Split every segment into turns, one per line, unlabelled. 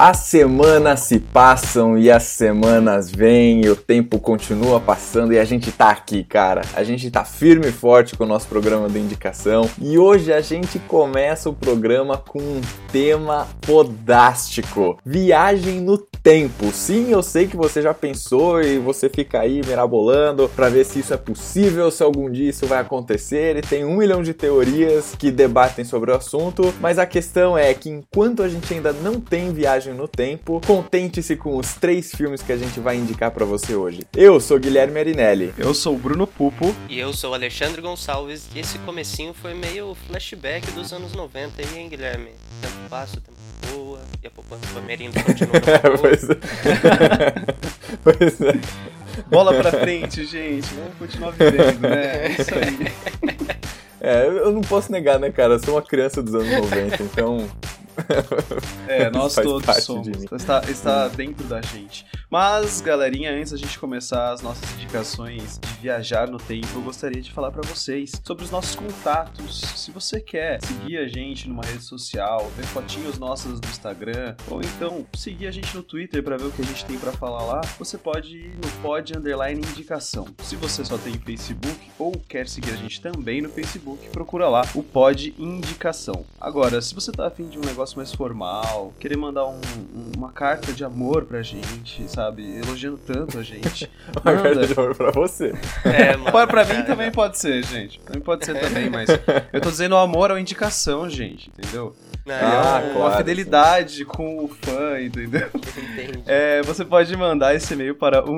As semanas se passam e as semanas vêm e o tempo continua passando e a gente tá aqui, cara. A gente tá firme e forte com o nosso programa de indicação e hoje a gente começa o programa com um tema podástico. Viagem no tempo. Sim, eu sei que você já pensou e você fica aí mirabolando pra ver se isso é possível, se algum dia isso vai acontecer e tem um milhão de teorias que debatem sobre o assunto, mas a questão é que enquanto a gente ainda não tem viagem no tempo. Contente-se com os três filmes que a gente vai indicar para você hoje. Eu sou Guilherme Arinelli.
Eu sou o Bruno Pupo.
E eu sou o Alexandre Gonçalves. E esse comecinho foi meio flashback dos anos 90, e, hein, Guilherme? Tempo passa, tempo boa, e a poupança do Amerinda continua.
pois é. pois é.
Bola pra frente, gente. Vamos continuar vivendo, né? É isso aí.
É, eu não posso negar, né, cara? Eu sou uma criança dos anos 90, então
é, nós todos somos. Está, está dentro da gente. Mas, galerinha, antes da gente começar as nossas indicações de viajar no tempo, eu gostaria de falar para vocês sobre os nossos contatos. Se você quer seguir a gente numa rede social, ver fotinhos nossas no Instagram, ou então seguir a gente no Twitter para ver o que a gente tem para falar lá, você pode ir no pod underline indicação. Se você só tem Facebook ou quer seguir a gente também no Facebook, procura lá o pod indicação. Agora, se você tá afim de um negócio mais formal, querer mandar um, uma carta de amor pra gente, sabe? Elogiando tanto a gente.
uma carta de amor pra você.
É, mano. Pra, pra mim cara, também cara. pode ser, gente. Pra mim pode ser também, mas eu tô dizendo o amor é uma indicação, gente, entendeu? Não, ah, é uma, claro, fidelidade sim. com o fã, entendeu? É, você pode mandar esse e-mail para o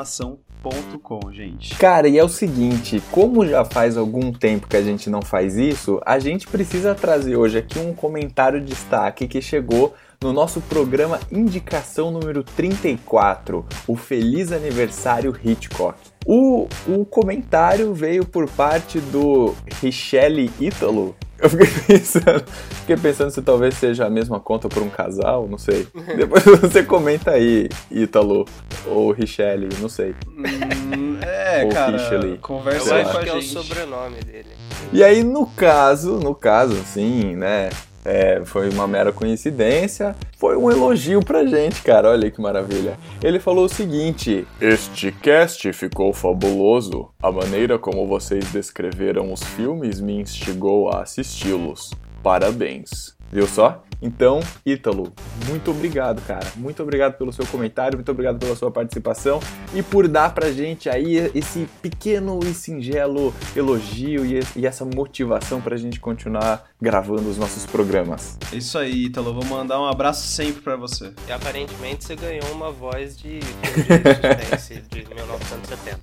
indicação@cinemação.com, gente.
Cara, e é o seguinte, como já faz algum tempo que a gente não faz isso, a gente precisa trazer hoje aqui um comentário de destaque que chegou no nosso programa Indicação número 34, o Feliz Aniversário Hitchcock. O, o comentário veio por parte do Richelle Ítalo, eu fiquei pensando, fiquei pensando se talvez seja a mesma conta por um casal, não sei. Depois você comenta aí, Ítalo ou Richelle, não sei.
Hum, é, ou cara, Richelle, conversa
eu acho que é o sobrenome dele.
E aí, no caso, no caso, sim, né? É, foi uma mera coincidência. Foi um elogio pra gente, cara. Olha que maravilha. Ele falou o seguinte: Este cast ficou fabuloso. A maneira como vocês descreveram os filmes me instigou a assisti-los. Parabéns. Viu só? Então, Ítalo, muito obrigado, cara. Muito obrigado pelo seu comentário, muito obrigado pela sua participação e por dar pra gente aí esse pequeno e singelo elogio e, e essa motivação pra gente continuar gravando os nossos programas.
É isso aí, Ítalo. Vou mandar um abraço sempre pra você.
E aparentemente você ganhou uma voz de, de, de, de 1970.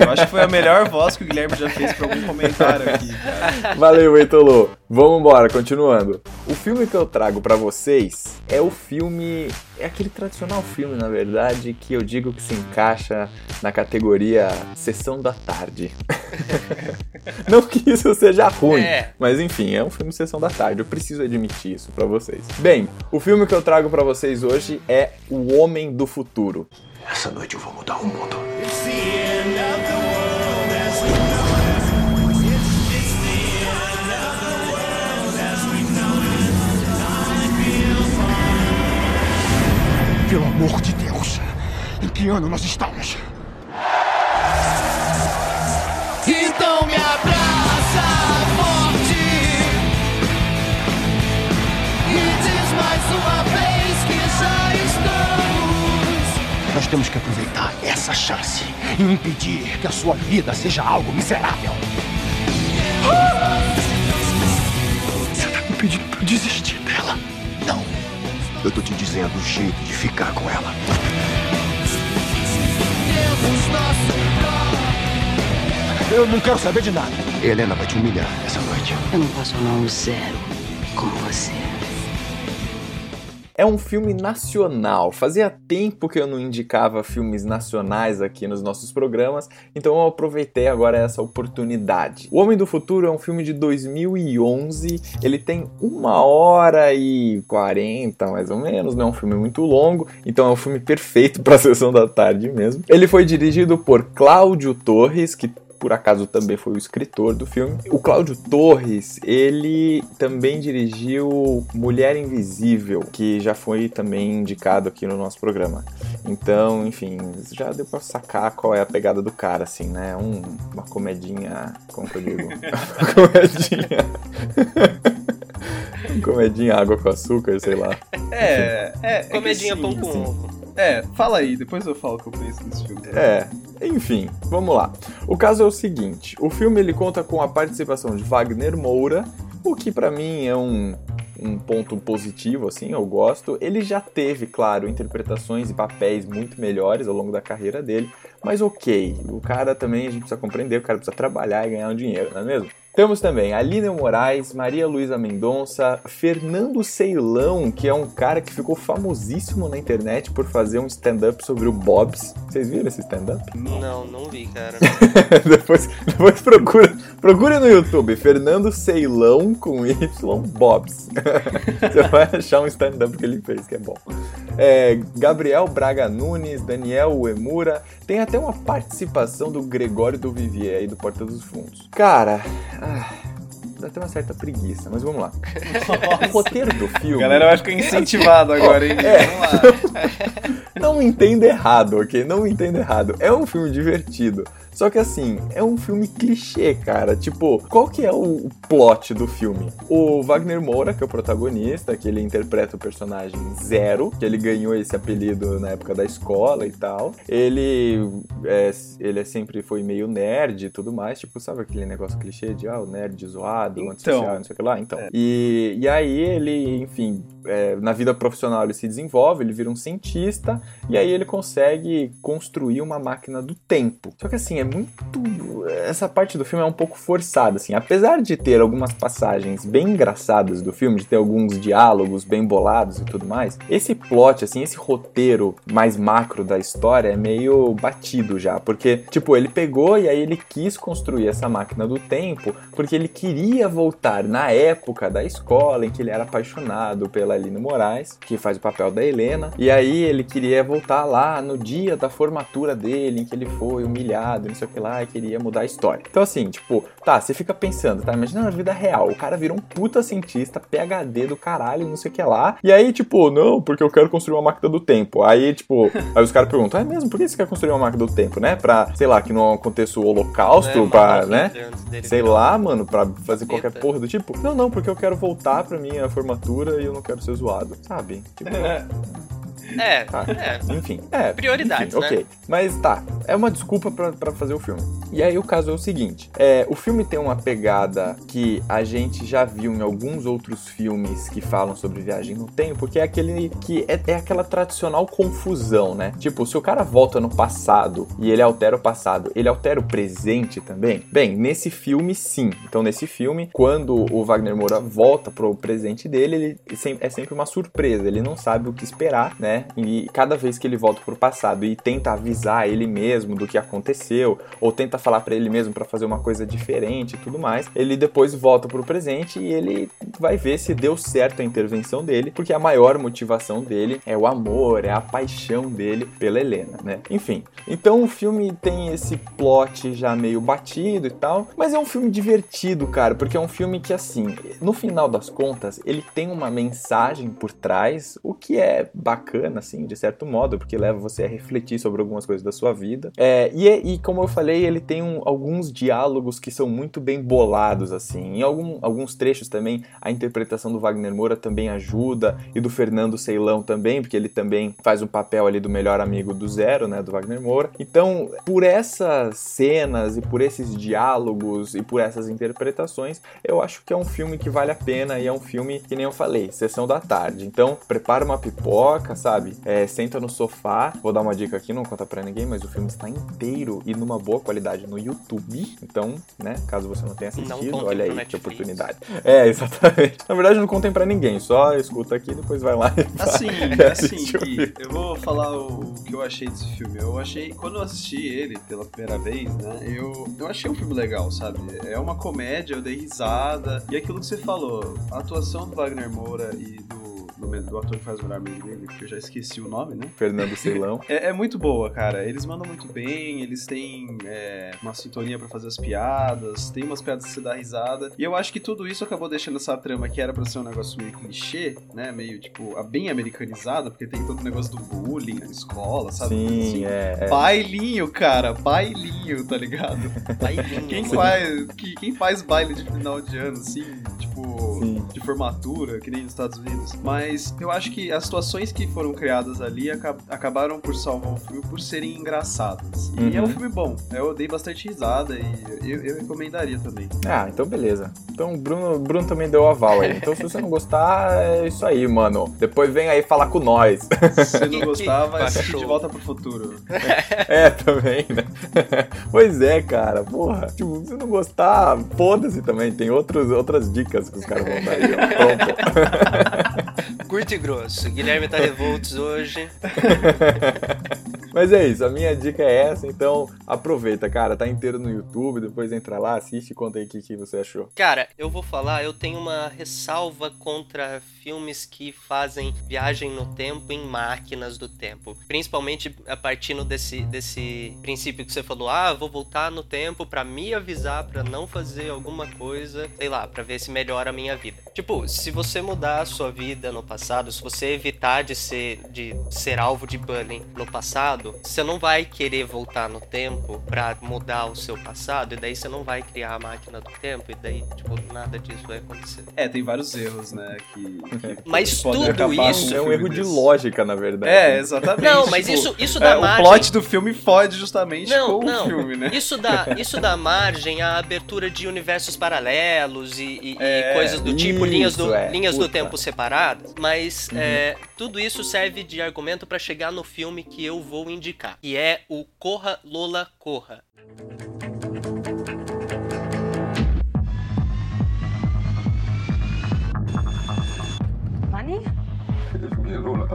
Eu acho que foi a melhor voz que o Guilherme já fez pra algum comentário aqui. Cara.
Valeu, Eitolo. Vamos embora, continuando. O filme que eu trago para vocês é o filme, é aquele tradicional filme, na verdade, que eu digo que se encaixa na categoria sessão da tarde. Não que isso seja ruim, é. mas enfim, é um filme sessão da tarde. Eu preciso admitir isso para vocês. Bem, o filme que eu trago para vocês hoje é O Homem do Futuro.
Essa noite eu vou mudar o mundo.
Pelo amor de Deus, em que ano nós estamos?
Então me abraça forte e diz mais uma vez que já estamos.
Nós temos que aproveitar essa chance e impedir que a sua vida seja algo miserável. Uh! Você está me pedindo para eu desistir dela? Não. Eu tô te dizendo o jeito de ficar com ela. Eu não quero saber de nada. Helena vai te humilhar essa noite.
Eu não posso rolar um zero com você.
É um filme nacional. Fazia tempo que eu não indicava filmes nacionais aqui nos nossos programas, então eu aproveitei agora essa oportunidade. O Homem do Futuro é um filme de 2011. Ele tem uma hora e 40, mais ou menos. Não é um filme muito longo, então é um filme perfeito para a sessão da tarde mesmo. Ele foi dirigido por Cláudio Torres, que por acaso também foi o escritor do filme. O Cláudio Torres, ele também dirigiu Mulher Invisível, que já foi também indicado aqui no nosso programa. Então, enfim, já deu pra sacar qual é a pegada do cara, assim, né? Um- uma comedinha. Como que eu digo? uma comedinha. comedinha água com açúcar, sei lá.
É, é. é que
Comedinha
assim,
pão com ovo.
É, fala aí, depois eu falo o que eu penso desse filme.
É, enfim, vamos lá. O caso é o seguinte: o filme ele conta com a participação de Wagner Moura, o que pra mim é um, um ponto positivo, assim, eu gosto. Ele já teve, claro, interpretações e papéis muito melhores ao longo da carreira dele, mas ok, o cara também a gente precisa compreender, o cara precisa trabalhar e ganhar um dinheiro, não é mesmo? Temos também Aline Moraes, Maria Luísa Mendonça, Fernando Ceilão, que é um cara que ficou famosíssimo na internet por fazer um stand-up sobre o Bobs. Vocês viram esse stand-up?
Não, não vi, cara.
depois depois procura, procura no YouTube, Fernando Ceilão com Y Bobs. Você vai achar um stand-up que ele fez, que é bom. É, Gabriel Braga Nunes, Daniel Uemura, tem até uma participação do Gregório do Vivier aí do Porta dos Fundos. Cara, ah, dá até uma certa preguiça, mas vamos lá. O roteiro do filme.
Galera, eu acho que é incentivado agora, hein?
É.
Vamos lá.
Não entenda errado, ok? Não entenda errado. É um filme divertido. Só que assim, é um filme clichê, cara. Tipo, qual que é o o plot do filme? O Wagner Moura, que é o protagonista, que ele interpreta o personagem Zero, que ele ganhou esse apelido na época da escola e tal. Ele é, ele é sempre foi meio nerd e tudo mais, tipo, sabe aquele negócio clichê de, ah, o nerd zoado, o
Então.
antissocial, não sei o que lá, então. E, e aí ele, enfim, é, na vida profissional ele se desenvolve, ele vira um cientista, e aí ele consegue construir uma máquina do tempo. Só que assim, é muito. Essa parte do filme é um pouco forçada, assim. Apesar de ter algumas passagens bem engraçadas do filme, de ter alguns diálogos bem bolados e tudo mais, esse plot, assim, esse roteiro mais macro da história é meio batido já. Porque, tipo, ele pegou e aí ele quis construir essa máquina do tempo porque ele queria voltar na época da escola em que ele era apaixonado pela Aline Moraes, que faz o papel da Helena, e aí ele queria voltar lá no dia da formatura dele, em que ele foi humilhado, não sei o que lá, e queria mudar a história. Então, assim, tipo, tá, você fica pensando, tá? Imagina na vida real, o cara virou um puta cientista, PHD do caralho, não sei o que lá, e aí, tipo, não, porque eu quero construir uma máquina do tempo. Aí, tipo, aí os caras perguntam, é mesmo, por que você quer construir uma máquina do tempo, né? Pra, sei lá, que não aconteça o holocausto,
Né,
pra,
matar o
né?
Hitler antes dele
sei
virar
lá,
um-
mano, pra fazer qualquer
Eita.
porra do tipo. Não, não, porque eu quero voltar pra minha formatura e eu não quero ser zoado, sabe? Tipo,
É,
tá.
é.
Enfim, é.
Prioridades,
enfim,
né?
Ok, mas tá, é uma desculpa pra, pra fazer o filme. E aí o caso é o seguinte, é, o filme tem uma pegada que a gente já viu em alguns outros filmes que falam sobre viagem no tempo, que é aquele que é, é aquela tradicional confusão, né? Tipo, se o cara volta no passado e ele altera o passado, ele altera o presente também? Bem, nesse filme sim. Então nesse filme, quando o Wagner Moura volta pro presente dele, ele sem- é sempre uma surpresa, ele não sabe o que esperar, né? E cada vez que ele volta pro passado e tenta avisar ele mesmo do que aconteceu, ou tenta falar pra ele mesmo pra fazer uma coisa diferente e tudo mais, ele depois volta pro presente e ele vai ver se deu certo a intervenção dele, porque a maior motivação dele é o amor, é a paixão dele pela Helena, né? Enfim, então o filme tem esse plot já meio batido e tal, mas é um filme divertido, cara, porque é um filme que, assim, no final das contas, ele tem uma mensagem por trás, o que é bacana, assim, de certo modo, porque leva você a refletir sobre algumas coisas da sua vida. É, e, é- e como eu falei, ele tem um- alguns diálogos que são muito bem bolados, assim. Em algum- alguns trechos também, a interpretação do Wagner Moura também ajuda, e do Fernando Ceilão também, porque ele também faz o papel ali do melhor amigo do Zero, né, do Wagner Moura. Então, por essas cenas e por esses diálogos e por essas interpretações, eu acho que é um filme que vale a pena e é um filme que nem eu falei, sessão da tarde. Então, prepara uma pipoca, sabe? É, senta no sofá. Vou dar uma dica aqui, não conta pra ninguém, mas o filme está inteiro e numa boa qualidade oportunidade no YouTube. Então, né, caso você não tenha assistido,
contem
olha
pro
aí que
Netflix.
oportunidade. É, exatamente. Na verdade, não contem pra ninguém, só escuta aqui e depois vai lá. e
Assim,
vai
assim,
assistir o
Gui, eu vou falar o, o que eu achei desse filme. Eu achei, quando eu assisti ele pela primeira vez, né, eu, eu achei um filme legal, sabe? É uma comédia, eu dei risada. E aquilo que você falou, a atuação do Wagner Moura e do, do, do ator que faz o Armin dele, que eu já esqueci o nome, né?
Fernando Ceilão.
É, é muito boa, cara. Eles mandam muito bem, eles têm é, uma sintonia pra fazer as piadas, tem umas piadas que você dá risada. E eu acho que tudo isso acabou deixando essa trama que era pra ser um negócio meio clichê, né? Meio, tipo, a- bem americanizada, porque tem todo o negócio do bullying na escola, sabe?
Sim, é. é.
Bailinho, cara, bailinho, tá ligado?
Bailinho,
Quem
mano.
faz, que- quem faz baile de final de ano, assim, tipo,
Sim.
de formatura, que nem nos Estados Unidos. Mas eu acho que as situações que foram criadas ali aca- acabaram por salvar o filme por serem engraçadas. E é um
Uhum.
filme bom. Eu dei bastante risada e eu, eu recomendaria também.
Ah, então beleza. Então o Bruno, o Bruno também deu o aval aí. Então se você não gostar, é isso aí, mano. Depois vem aí falar com nós.
Se não gostar, vai assistir
Baixou.
de volta pro futuro.
É, também, né? pois é, cara, porra. Tipo, se não gostar, foda-se também. Tem outros, outras dicas que os caras vão dar aí, ó. Pronto.
Curto e grosso. Guilherme tá revoltos hoje.
Mas é isso, a minha dica é essa, então aproveita, cara. Tá inteiro no YouTube, depois entra lá, assiste e conta aí o que, que você achou.
Cara, eu vou falar, eu tenho uma ressalva contra filmes que fazem viagem no tempo em máquinas do tempo. Principalmente a partir desse, desse princípio que você falou, ah, vou voltar no tempo pra me avisar pra não fazer alguma coisa, sei lá, pra ver se melhora a minha vida. Tipo, se você mudar a sua vida no passado, se você evitar de ser, de ser alvo de bullying no passado, você não vai querer voltar no tempo pra mudar o seu passado, e daí você não vai criar a máquina do tempo, e daí, tipo, nada disso vai acontecer.
É, tem vários erros, né? Que, que
Mas
podem
tudo
acabar com
isso-
Uhum. é um
filme
erro de né?
desse.
lógica, na verdade.
É, exatamente.
Não, mas
tipo,
isso, isso dá
é, o
margem.
plot do filme fode justamente
Não,
com
não.
o filme, né?
Isso dá, isso dá margem à abertura de universos paralelos e, e- e
É,
coisas do tipo,
isso,
linhas, do,
é,
linhas do
puta.
tempo separadas. Mas é, tudo isso serve de argumento pra chegar no filme que eu vou indicar, que é o Corra Lola Corra.
Manni,
Mir, Lola.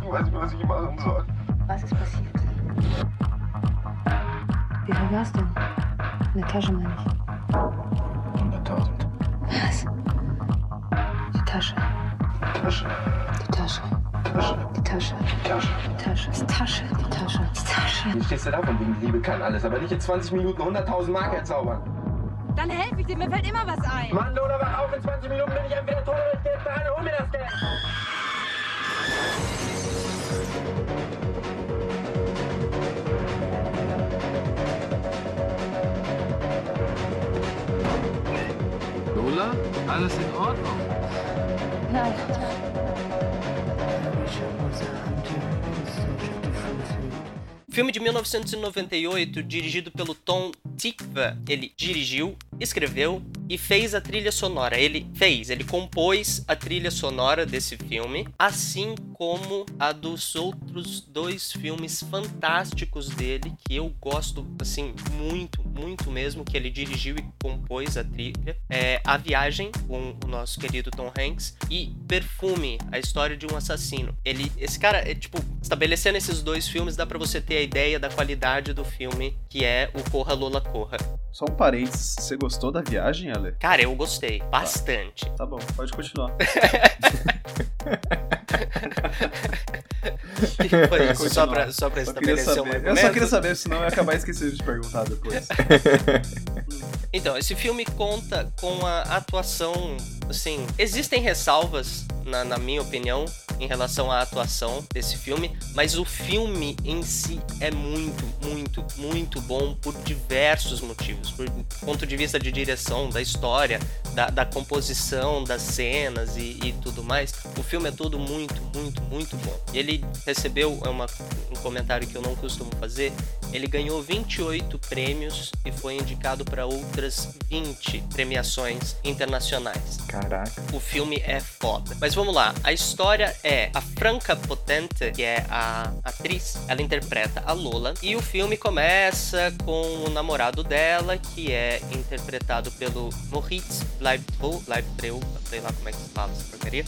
Du weißt, was ich machen soll.
was ist passiert? Wie viel war's denn? In der Tasche meine ich.
100.000.
Was? Die Tasche.
Tasche,
Die Tasche.
Tasche,
Die Tasche.
Tasche.
Die Tasche. Die Tasche. Die Tasche. Die Tasche.
Hier stehst du da von wegen Liebe kann alles, aber nicht in 20 Minuten 100.000 Mark erzaubern.
Dann helfe ich dir, mir fällt immer was ein.
Mann, Lola, wach auf, in 20 Minuten bin ich entweder tot oder ich gehe jetzt daheim, hol mir das Geld.
Nein.
Filme de 1998, dirigido pelo Tom Tikva. Ele dirigiu, escreveu e fez a trilha sonora. Ele fez, ele compôs a trilha sonora desse filme, assim como a dos outros dois filmes fantásticos dele, que eu gosto, assim, muito, muito mesmo, que ele dirigiu e compôs a trilha. É A Viagem, com o nosso querido Tom Hanks, e Perfume, a história de um assassino. Ele, esse cara, é tipo, estabelecendo esses dois filmes, dá pra você ter a ideia da qualidade do filme, que é o Corra Lola Corra.
Só um parênteses, você gostou da viagem, Ale?
Cara, eu gostei bastante.
Tá bom, pode continuar.
Foi só
Continua.
pra, só pra
Eu só queria
estabelecer um
saber, eu
argumento.
só queria saber, senão eu ia acabar esquecendo de perguntar depois.
Então, esse filme conta com a atuação, assim, existem ressalvas, na, na minha opinião, em relação à atuação desse filme, mas o filme em si é muito, muito, muito bom por diversos motivos. Por ponto de vista de direção, da história, da, da composição, das cenas e, e tudo mais. O filme é todo muito, muito, muito bom. Ele recebeu é uma, um comentário que eu não costumo fazer, Ele ganhou 28 prêmios e foi indicado para outras 20 premiações internacionais.
Caraca.
O filme é foda. Mas vamos lá. A história é a Franca Potente, que é a atriz, ela interpreta a Lola. E o filme começa com o namorado dela, que é interpretado pelo Moritz Bleibtreu, Bleibtreu, sei lá como é que se fala essa porcaria.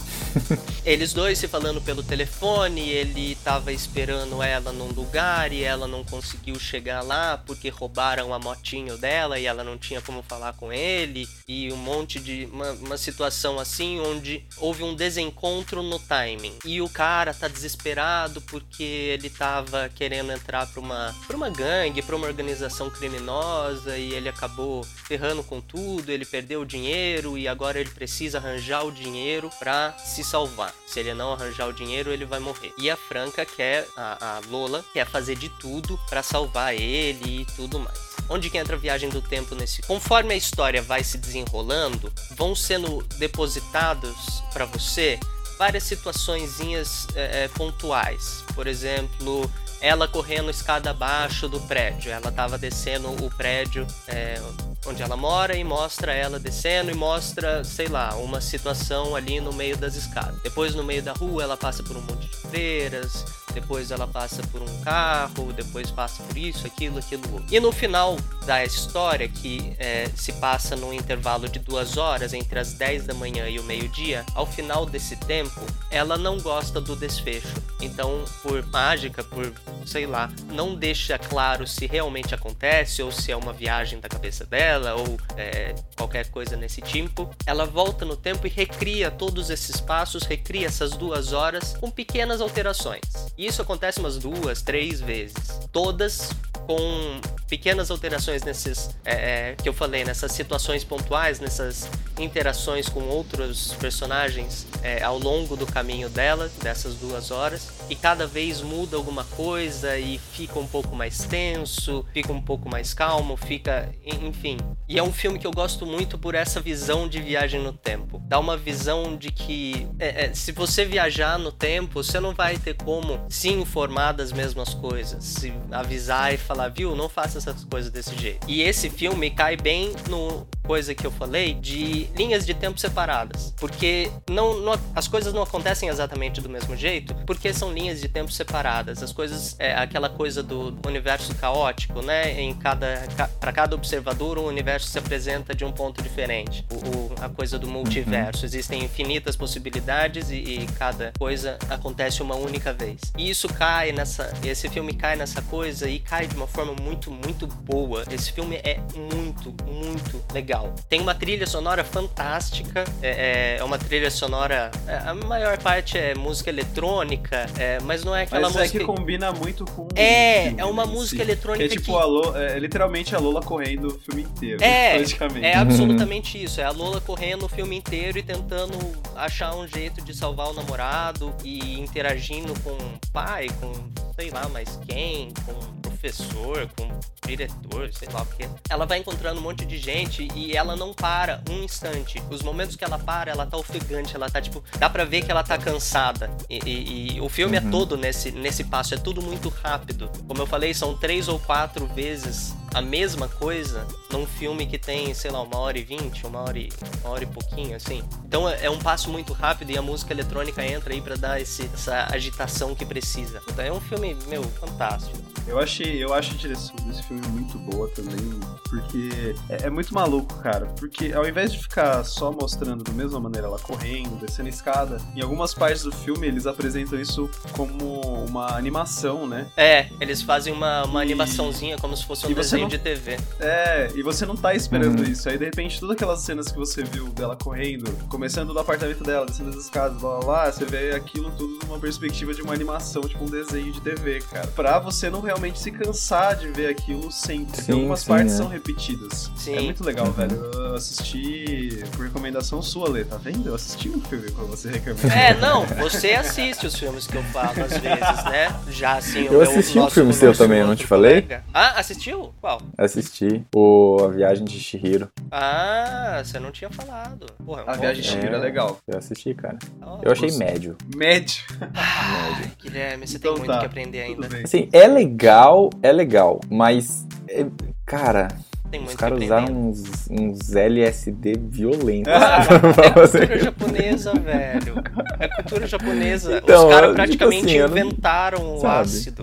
Eles dois se falando pelo telefone, ele tava esperando ela num lugar e ela não conseguiu chegar lá porque roubaram a motinho dela e ela não tinha como falar com ele. E um monte de. Uma, uma situação assim onde houve um desencontro no timing. E o cara tá desesperado porque ele tava querendo entrar pra uma, pra uma gangue, pra uma organização criminosa e ele acabou ferrando com tudo, ele perdeu o dinheiro e agora ele precisa arranjar o dinheiro pra se salvar. Se ele não arranjar o dinheiro, ele vai morrer. E a Franca quer, a, a Lola, quer fazer de tudo pra salvar ele e tudo mais. Onde que entra a viagem do tempo nesse? Conforme a história vai se desenrolando, vão sendo depositados pra você várias situaçõezinhas é, é, pontuais. Por exemplo, ela correndo escada abaixo do prédio. Ela tava descendo o prédio é, onde ela mora e mostra ela descendo e mostra, sei lá, uma situação ali no meio das escadas. Depois, no meio da rua, ela passa por um monte de freiras. Depois ela passa por um carro, depois passa por isso, aquilo, aquilo. outro. E no final da história, que é, se passa num intervalo de duas horas, entre as 10 da manhã e o meio-dia, ao final desse tempo, ela não gosta do desfecho. Então, por mágica, por sei lá, não deixa claro se realmente acontece ou se é uma viagem da cabeça dela ou é, qualquer coisa nesse tipo. Ela volta no tempo e recria todos esses passos, recria essas duas horas com pequenas alterações. E isso acontece umas duas, três vezes, todas com pequenas alterações nesses é, é, que eu falei, nessas situações pontuais, nessas interações com outros personagens é, ao longo do caminho dela, dessas duas horas, e cada vez muda alguma coisa e fica um pouco mais tenso, fica um pouco mais calmo, fica. en- enfim. E é um filme que eu gosto muito por essa visão de viagem no tempo. Dá uma visão de que é, é, se você viajar no tempo, você não vai ter como se informar das mesmas coisas, se avisar e falar, viu, não faça essas coisas desse jeito. E esse filme cai bem no coisa que eu falei de linhas de tempo separadas, porque não, não- as coisas não acontecem exatamente do mesmo jeito, porque são linhas de tempo separadas. As coisas é aquela coisa do universo caótico, né? Em cada para cada observador, o universo se apresenta de um ponto diferente. O, o- a coisa do multiverso,
Uhum.
existem infinitas possibilidades e, e cada coisa acontece uma única vez. E isso cai nessa esse filme cai nessa coisa e cai de uma forma muito muito boa. Esse filme é muito muito legal. Tem uma trilha sonora fantástica. É, é- é uma trilha sonora. é, a maior parte é música eletrônica, é, mas não é aquela
Mas é
música.
que combina muito com. o
É,
filme,
é uma
né, em
música
si.
eletrônica
É tipo
que-
a Lo- é, literalmente a Lola correndo o filme inteiro.
É,
praticamente.
é absolutamente isso. É a Lola correndo o filme inteiro e tentando achar um jeito de salvar o namorado e interagindo com o pai, com sei lá mais quem, com o professor, com o diretor, sei lá o quê. Ela vai encontrando um monte de gente e ela não para um instante. Os momentos que ela para, ela tá ofegante, ela tá tipo. Dá pra ver que ela tá cansada. E, e- e o filme é todo nesse, nesse passo, é tudo muito rápido. Como eu falei, são três ou quatro vezes a mesma coisa num filme que tem, sei lá, uma hora e vinte, uma hora e, uma hora e pouquinho, assim. Então é, é um passo muito rápido e a música eletrônica entra aí pra dar esse- essa agitação que precisa. Puta, é um filme, meu, fantástico.
Eu achei, eu acho a direção desse filme muito boa também, porque é, é muito maluco, cara. Porque ao invés de ficar só mostrando da mesma maneira ela correndo, descendo a escada, em algumas partes do filme eles apresentam isso como uma animação, né?
É, eles fazem uma, uma
E-
animaçãozinha como se fosse um
e você
desenho
não-
de TV.
É, e você não tá esperando
Uhum.
isso. Aí de repente todas aquelas cenas que você viu dela correndo, começando do apartamento dela, descendo as escadas, blá blá blá, você vê aquilo tudo numa perspectiva de uma animação, tipo um desenho de TV, cara. Pra você não realmente se cansar de ver aquilo sempre.
Sim,
algumas
sim,
partes
é.
são repetidas.
Sim.
É muito legal,
Uhum.
velho. Eu assisti por recomendação sua, Lê, tá vendo? Eu assisti um filme quando você recomendou.
É, não, você assiste os filmes que eu falo às vezes, né? Já assim, o
Eu
meu-
assisti um
nosso-
filme
o
seu
nosso
também, não
outro
te falei?
colega. Ah, assistiu? Qual?
Assisti o A Viagem de Shihiro.
Ah, você não tinha falado. Porra, é um
A
bom
viagem de
filme.
Shihiro é legal.
Eu assisti, cara.
Da hora.
Eu achei
Gosto.
médio.
Médio.
Ah, Guilherme, você
Então
tem muito
tá,
que aprender
Tudo
ainda.
bem.
Assim, é legal, é legal, mas. é- cara,
Tem
os
muito
caras
que
usaram
aprender.
uns, uns LSD violentos.
Ah,
pra assim.
É
fazer
cultura japonesa, velho. É cultura japonesa.
Então,
Os
tipo
caras praticamente
assim, eu não-
inventaram o
Sabe?
ácido.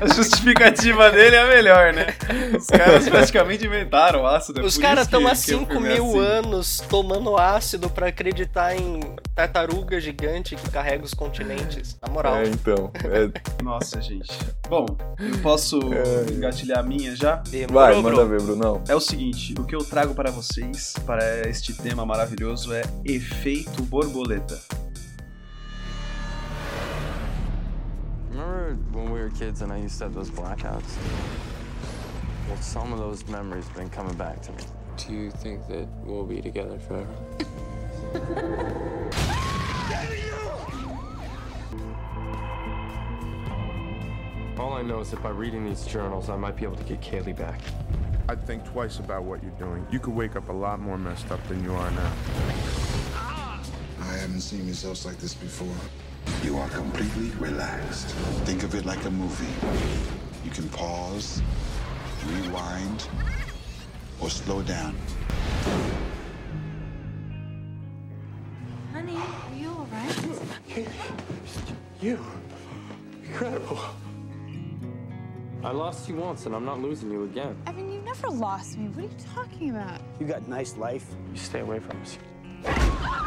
A justificativa dele é a melhor, né? Os caras praticamente inventaram o ácido. é
Os
por
caras
isso que-
estão há
que o
5
filme é
mil
assim.
anos tomando ácido pra acreditar em tartaruga gigante que carrega os continentes. Na moral.
É, então. é-
Nossa, gente. Bom, eu posso
É.
engatilhar a minha já?
Demorou,
Vai,
bro.
manda ver, Brunão.
É o seguinte, o que eu trago para vocês, para este tema maravilhoso, é efeito borboleta.
Remember when we were kids and I used to have those blackouts? Well, some of those memories have been coming back to me. Do you think that we'll be together forever? All I know is that by reading these journals, I might be able to get Kaylee back.
I'd think twice about what you're doing. You could wake up a lot more messed up than you are now.
I haven't seen results like this before. You are completely relaxed. Think of it like a movie. You can pause, rewind, or slow down.
Honey, are you alright?
You. Incredible. I lost you once, and I'm not losing you again.
I mean, you never lost me. What are you talking about?
You stay away from us.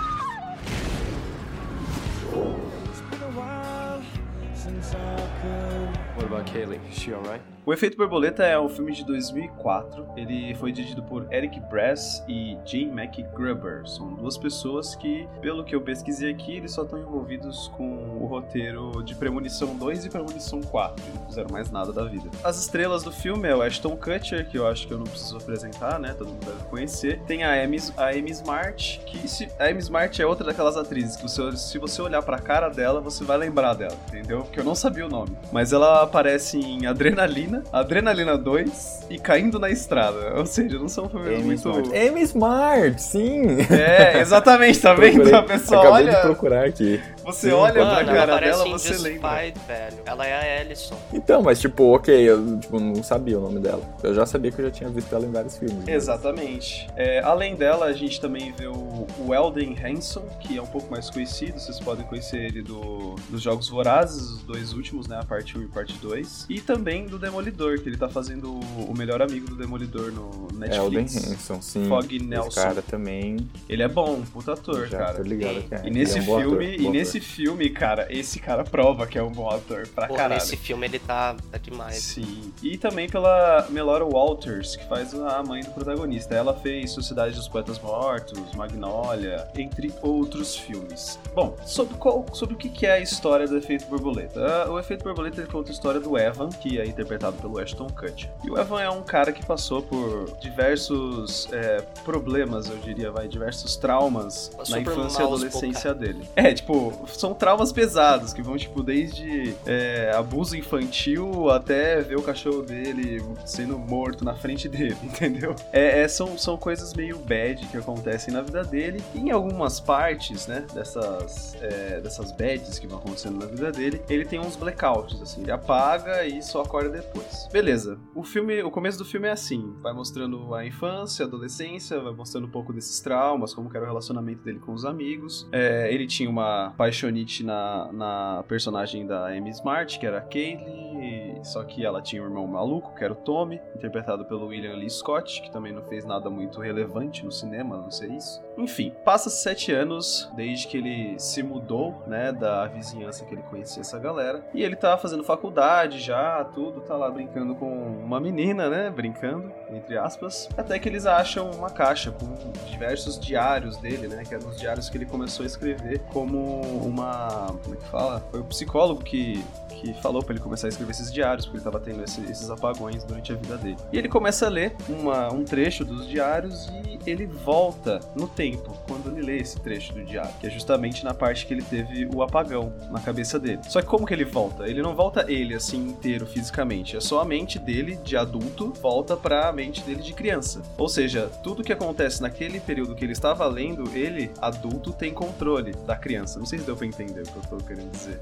What about Kaylee? Is she all right?
O Efeito Borboleta é um filme de 2004. Ele foi dirigido por Eric Brass e Jim McGruber. São duas pessoas que, pelo que eu pesquisei aqui, eles só estão envolvidos com o roteiro de Premonição 2 e Premonição 4. Eles não fizeram mais nada da vida. As estrelas do filme é o Ashton Kutcher, que eu acho que eu não preciso apresentar, né? Todo mundo deve conhecer. Tem a Amy, a Amy Smart, que se, a Amy Smart é outra daquelas atrizes que você- se você olhar pra cara dela, você vai lembrar dela, entendeu? Porque eu não sabia o nome. Mas ela aparece em Adrenalina, Adrenalina 2 e Caindo na Estrada. Ou seja, não são filmes
Amy
muito.
Smart. Amy Smart, sim!
É, exatamente, tá vendo?
Procurei-
A pessoa
Acabei de
olha,
procurar aqui.
você olha pra
Mano, ela
cara
parece
dela,
em
você lembra.
Despite, velho. Ela é a Ellison.
Então, mas tipo, ok, eu tipo, não sabia o nome dela. Eu já sabia que eu já tinha visto ela em vários filmes.
Exatamente. É, além dela, a gente também vê o, o Elden Hanson, que é um pouco mais conhecido, vocês podem conhecer ele do, dos Jogos Vorazes, os dois últimos, né? A parte 1 e parte 2. E também do Demolidor, que ele tá fazendo o, o melhor amigo do Demolidor no
Elden
Netflix.
É, Hanson, sim.
Fog
Esse
Nelson.
cara também.
Ele é bom, um puta ator,
já
cara.
tô ligado
Sim.
que é.
E
ele
nesse
é um bom
filme,
ator,
e
bom
nesse
ator.
filme, cara, esse cara prova que é um bom ator pra
Porra,
caralho.
nesse filme ele tá, tá demais.
Sim. E também pela Melora Walters, que faz a mãe do protagonista. Ela fez Sociedade dos Poetas Mortos, Magnolia, entre outros filmes. Bom, sobre, qual, sobre o que que é a história do Efeito Borboleta? Ah, O Efeito Borboleta ele conta a história do Evan, que é interpretado pelo Ashton Kutcher. E o Evan é um cara que passou por diversos é, problemas, eu diria, vai, diversos traumas
Passou
na
por
infância e
maus
adolescência dele. É, tipo, são traumas pesados, que vão, tipo, desde é, abuso infantil até ver o cachorro dele sendo morto na frente dele, entendeu? É, é, são, são coisas meio bad que acontecem na vida dele. E em algumas partes, né, dessas, é, dessas bads que vão acontecendo na vida dele, ele tem uns blackouts, assim, ele apaga e só acorda depois. Beleza. O filme, o começo do filme é assim, vai mostrando a infância, a adolescência, vai mostrando um pouco desses traumas, como que era o relacionamento dele com os amigos. É, ele tinha uma paixonite na, na personagem da Amy Smart, que era a Kaylee, e- só que ela tinha um irmão maluco, que era o Tommy, interpretado pelo William Lee Scott, que também não fez nada muito relevante no cinema, a não sei isso. Enfim, passa sete anos desde que ele se mudou, né, da vizinhança que ele conhecia essa galera, e ele tá fazendo faculdade já, tudo, tá lá brincando com uma menina, né, brincando, entre aspas, até que eles acham uma caixa com diversos diários dele, né? Que eram os diários que ele começou a escrever como uma. Como é que fala? Foi o psicólogo que, que falou pra ele começar a escrever esses diários, porque ele estava tendo esse- esses apagões durante a vida dele. E ele começa a ler uma- um trecho dos diários e ele volta no tempo quando ele lê esse trecho do diário, que é justamente na parte que ele teve o apagão na cabeça dele. Só que como que ele volta? Ele não volta ele assim inteiro fisicamente, é só a mente dele de adulto volta para a mente dele de criança. Ou seja, tudo que acontece naquele período que ele estava lendo, ele adulto tem controle da criança. Não sei se deu pra entender o que eu tô querendo dizer.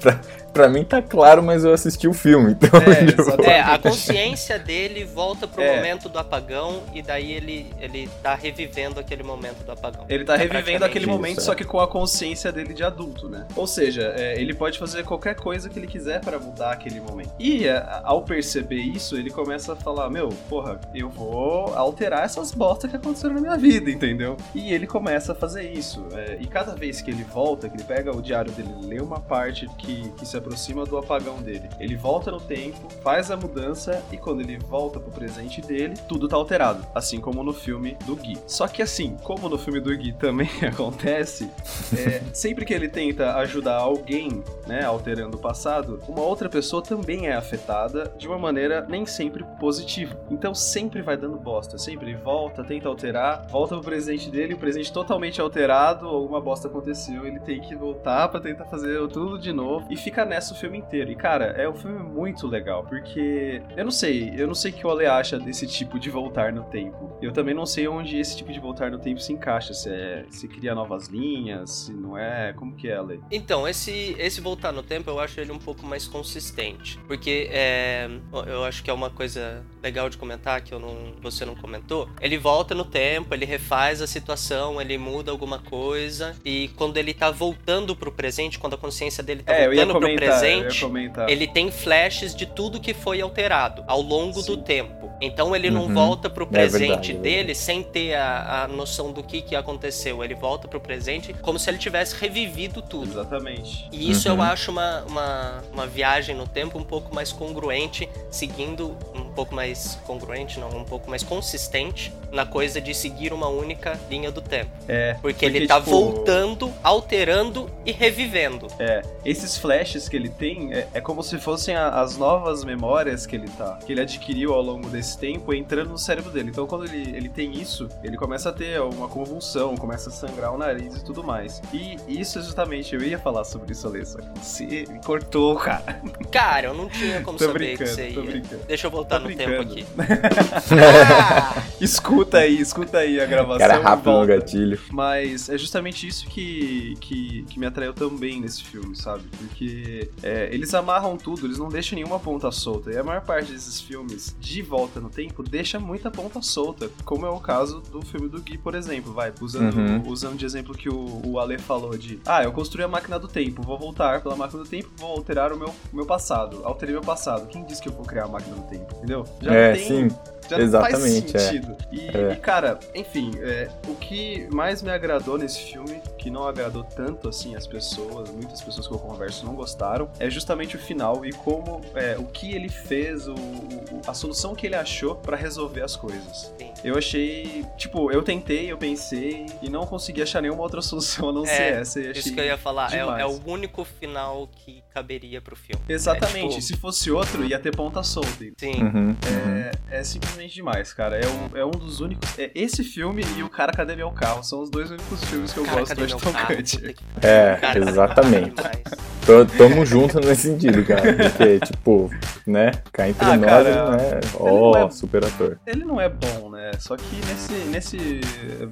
pra, pra mim tá claro, mas eu assisti o filme, então.
É,
tipo,
exatamente.
É, a consciência dele volta pro
É.
momento do apagão e daí ele, ele tá revivendo aquele momento do apagão.
Ele tá
É
revivendo aquele
praticamente
momento,
isso,
só
é.
que com a consciência dele de adulto, né? Ou seja, é, ele pode fazer qualquer coisa que ele quiser pra mudar aquele momento. E é, ao perceber isso, ele começa a falar: Meu, porra, eu vou alterar essas bostas que aconteceram na minha vida, entendeu? E ele começa a fazer isso. é, e cada vez que ele volta, que ele pega o diário dele, lê uma parte que, que se aproxima do apagão dele, ele volta no tempo, faz a mudança e quando ele volta pro presente dele, tudo tá alterado. Assim como no filme do Gui. Só que assim, como no filme do Gui também acontece, é, sempre que ele tenta ajudar alguém, né, alterando o passado, uma outra pessoa também é afetada de uma maneira nem sempre positiva. Então sempre vai dando bosta, sempre ele volta, tenta alterar, volta pro presente dele, o presente totalmente alterado, alguma bosta aconteceu, ele tem que voltar pra tentar fazer tudo de novo e fica nessa o filme inteiro. E cara, é um filme muito legal, porque eu não sei, eu não sei o que o Ale acha desse tipo de voltar no tempo. Eu também não sei onde esse tipo de voltar no tempo se encaixa, se é, se cria novas linhas, se não é, como que é, Ale?
Então, esse, esse voltar no tempo eu acho ele um pouco mais consistente. Porque é, eu acho que é uma coisa legal de comentar que eu não, você não comentou. Ele volta no tempo, ele refaz a situação, ele muda alguma coisa. E quando ele tá voltando pro presente, quando a consciência dele tá
É, eu ia
voltando pro
comentar, eu ia
presente,
comentar.
ele tem flashes de tudo que foi alterado ao longo do tempo. Então ele não
Uhum.
volta pro
verdade,
presente
é verdade.
dele sem ter a, a noção do que, que aconteceu. Ele volta pro presente como se ele tivesse revivido tudo.
Exatamente.
E isso eu
Uhum.
acho uma, uma, uma viagem no tempo um pouco mais congruente, seguindo um pouco mais congruente, não, um pouco mais consistente na coisa de seguir uma única linha do tempo.
É,
Porque, ele
Porque,
tá
tipo,
voltando, alterando e revivendo.
É, esses flashes que ele tem é, é como se fossem a- as novas memórias que ele tá, que ele adquiriu ao longo desse tempo entrando no cérebro dele. Então quando ele, ele tem isso, ele começa a ter uma convulsão, começa a sangrar o nariz e tudo mais. E isso é justamente, eu ia falar sobre isso, Alê, só que você me cortou, cara.
Cara, eu não tinha como
Tô
saber que
brincando,
você
tô
ia.
brincando.
Deixa eu voltar
Tô
no tempo
brincando.
aqui. Ah,
Escuta aí, escuta aí a gravação.
Cara, é
e
rápido né? no
volta.
gatilho.
Mas é justamente isso que, que, que me atraiu também nesse filme, sabe? Porque é, eles amarram tudo, eles não deixam nenhuma ponta solta. E a maior parte desses filmes de volta no tempo deixa muita ponta solta. Como é o caso do filme do Gui, por exemplo, vai. Usando,
Uhum.
usando de exemplo que o, o Ale falou de Ah, eu construí a máquina do tempo, vou voltar pela máquina do tempo, vou alterar o meu, meu passado. Alterei meu passado. Quem disse que eu vou criar a máquina do tempo? Entendeu? Já
é,
tem
sim.
já não
Exatamente,
faz
é.
sentido. E,
É.
e, cara, enfim, é, o que mais me agradou nesse filme, que não agradou tanto assim as pessoas, muitas pessoas que eu converso não gostaram, é justamente o final e como é, o que ele fez, o, o- a solução que ele achou pra resolver as coisas.
Sim.
Eu achei, tipo, eu tentei, eu pensei e não consegui achar nenhuma outra solução a não
É,
ser essa. E
Isso
achei
que eu ia falar. É,
demais.
é o único final que caberia pro filme.
Exatamente,
É, tipo-
se fosse outro ia ter ponta solta.
Sim.
Uhum.
um- É, é simplesmente demais, cara. É um, é um dos únicos. É esse filme e o Cara Cadê Meu Carro são os dois únicos filmes que eu
Cara,
gosto
cadê
do
meu
Ashton
carro?
Kutcher.
Puta que-
É,
Cara,
exatamente.
demais.
Tô- Tamo junto nesse sentido, cara. Porque, tipo, né? Cá entre
Ah,
nós,
cara,
né?
não
Ó,
é-
super ator.
Ele não é bom, né? Só que nesse, nesse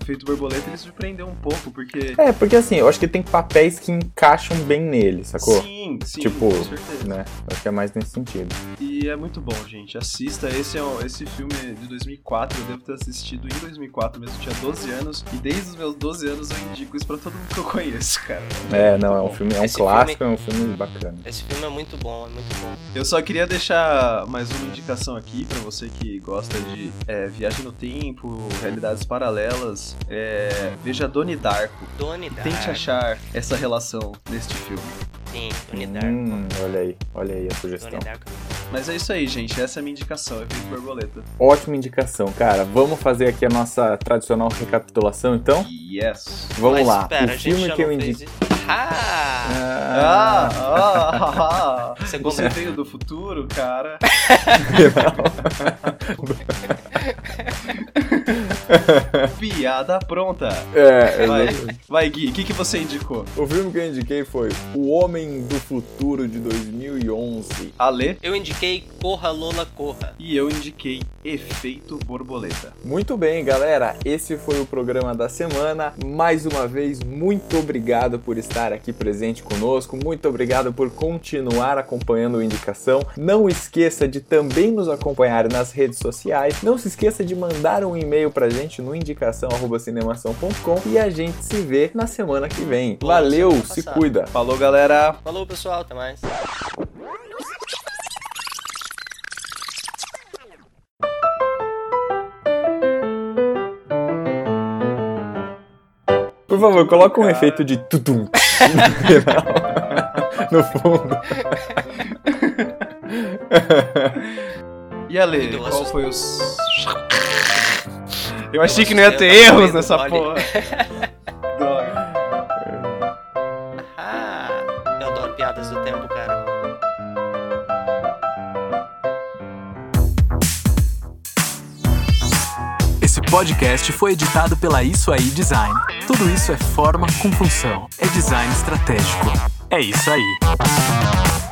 efeito borboleta ele surpreendeu um pouco, porque.
É, porque assim, eu acho que tem papéis que encaixam bem nele, sacou?
Sim, sim,
tipo,
com certeza.
né? Eu Acho que é mais nesse sentido.
E é muito bom, gente. Assista. Esse, é um- esse filme de 2004. Eu devo ter assistido em 2004 mesmo. Eu tinha 12 anos. E desde os meus 12 anos eu indico isso pra todo mundo que eu conheço, cara.
É, não, é um filme, é um
Esse
clássico, é um filme bacana.
Esse filme é muito bom, é muito bom.
Eu só queria deixar mais uma indicação aqui pra você que gosta de é, viagem no tempo, realidades paralelas. É, veja Donnie Darko.
Donnie Darko.
Tente achar essa relação neste filme.
Sim, Donnie Darko.
Hum, olha aí, olha aí a sugestão.
Donnie Darko.
Mas é isso aí, gente. Essa é a minha indicação. É Efeito Borboleta.
Ótima indicação, cara. Vamos fazer aqui a nossa tradicional recapitulação, então?
Yes.
Vamos
Mas
lá.
Pera,
o
a gente
filme
já
que eu
não
indico.
fez isso. Ah!
Ah, ah, ah, ah.
Você
Você
consegue.
veio do futuro, cara? Piada pronta.
É,
Vai,
exatamente.
vai Gui, o que, que você indicou?
O filme que eu indiquei foi O Homem do Futuro de 2011.
Ale
Eu indiquei Corra Lola Corra.
e eu indiquei efeito borboleta.
Muito bem, galera, esse foi o programa da semana. Mais uma vez, muito obrigado por estar aqui presente conosco, muito obrigado por continuar acompanhando o Indicação. Não esqueça de também nos acompanhar nas redes sociais. Não se esqueça de mandar um e-mail pra gente no indicação@cinemação.com e a gente se vê na semana que vem.
Boa,
Valeu,
semana
se
passada.
cuida.
Falou, galera.
Falou, pessoal, até mais.
Por favor, coloca um efeito de tutum no final. no fundo.
E Ale,
Muito
qual
assustador.
foi os. Eu achei que não ia
assustei,
ter
eu tava
erros
com
nessa
medo,
porra.
olha.
Droga.
Ah, eu adoro piadas do tempo, cara.
Esse podcast foi editado pela Isso Aí Design. Tudo isso é forma com função. É design estratégico. É isso aí.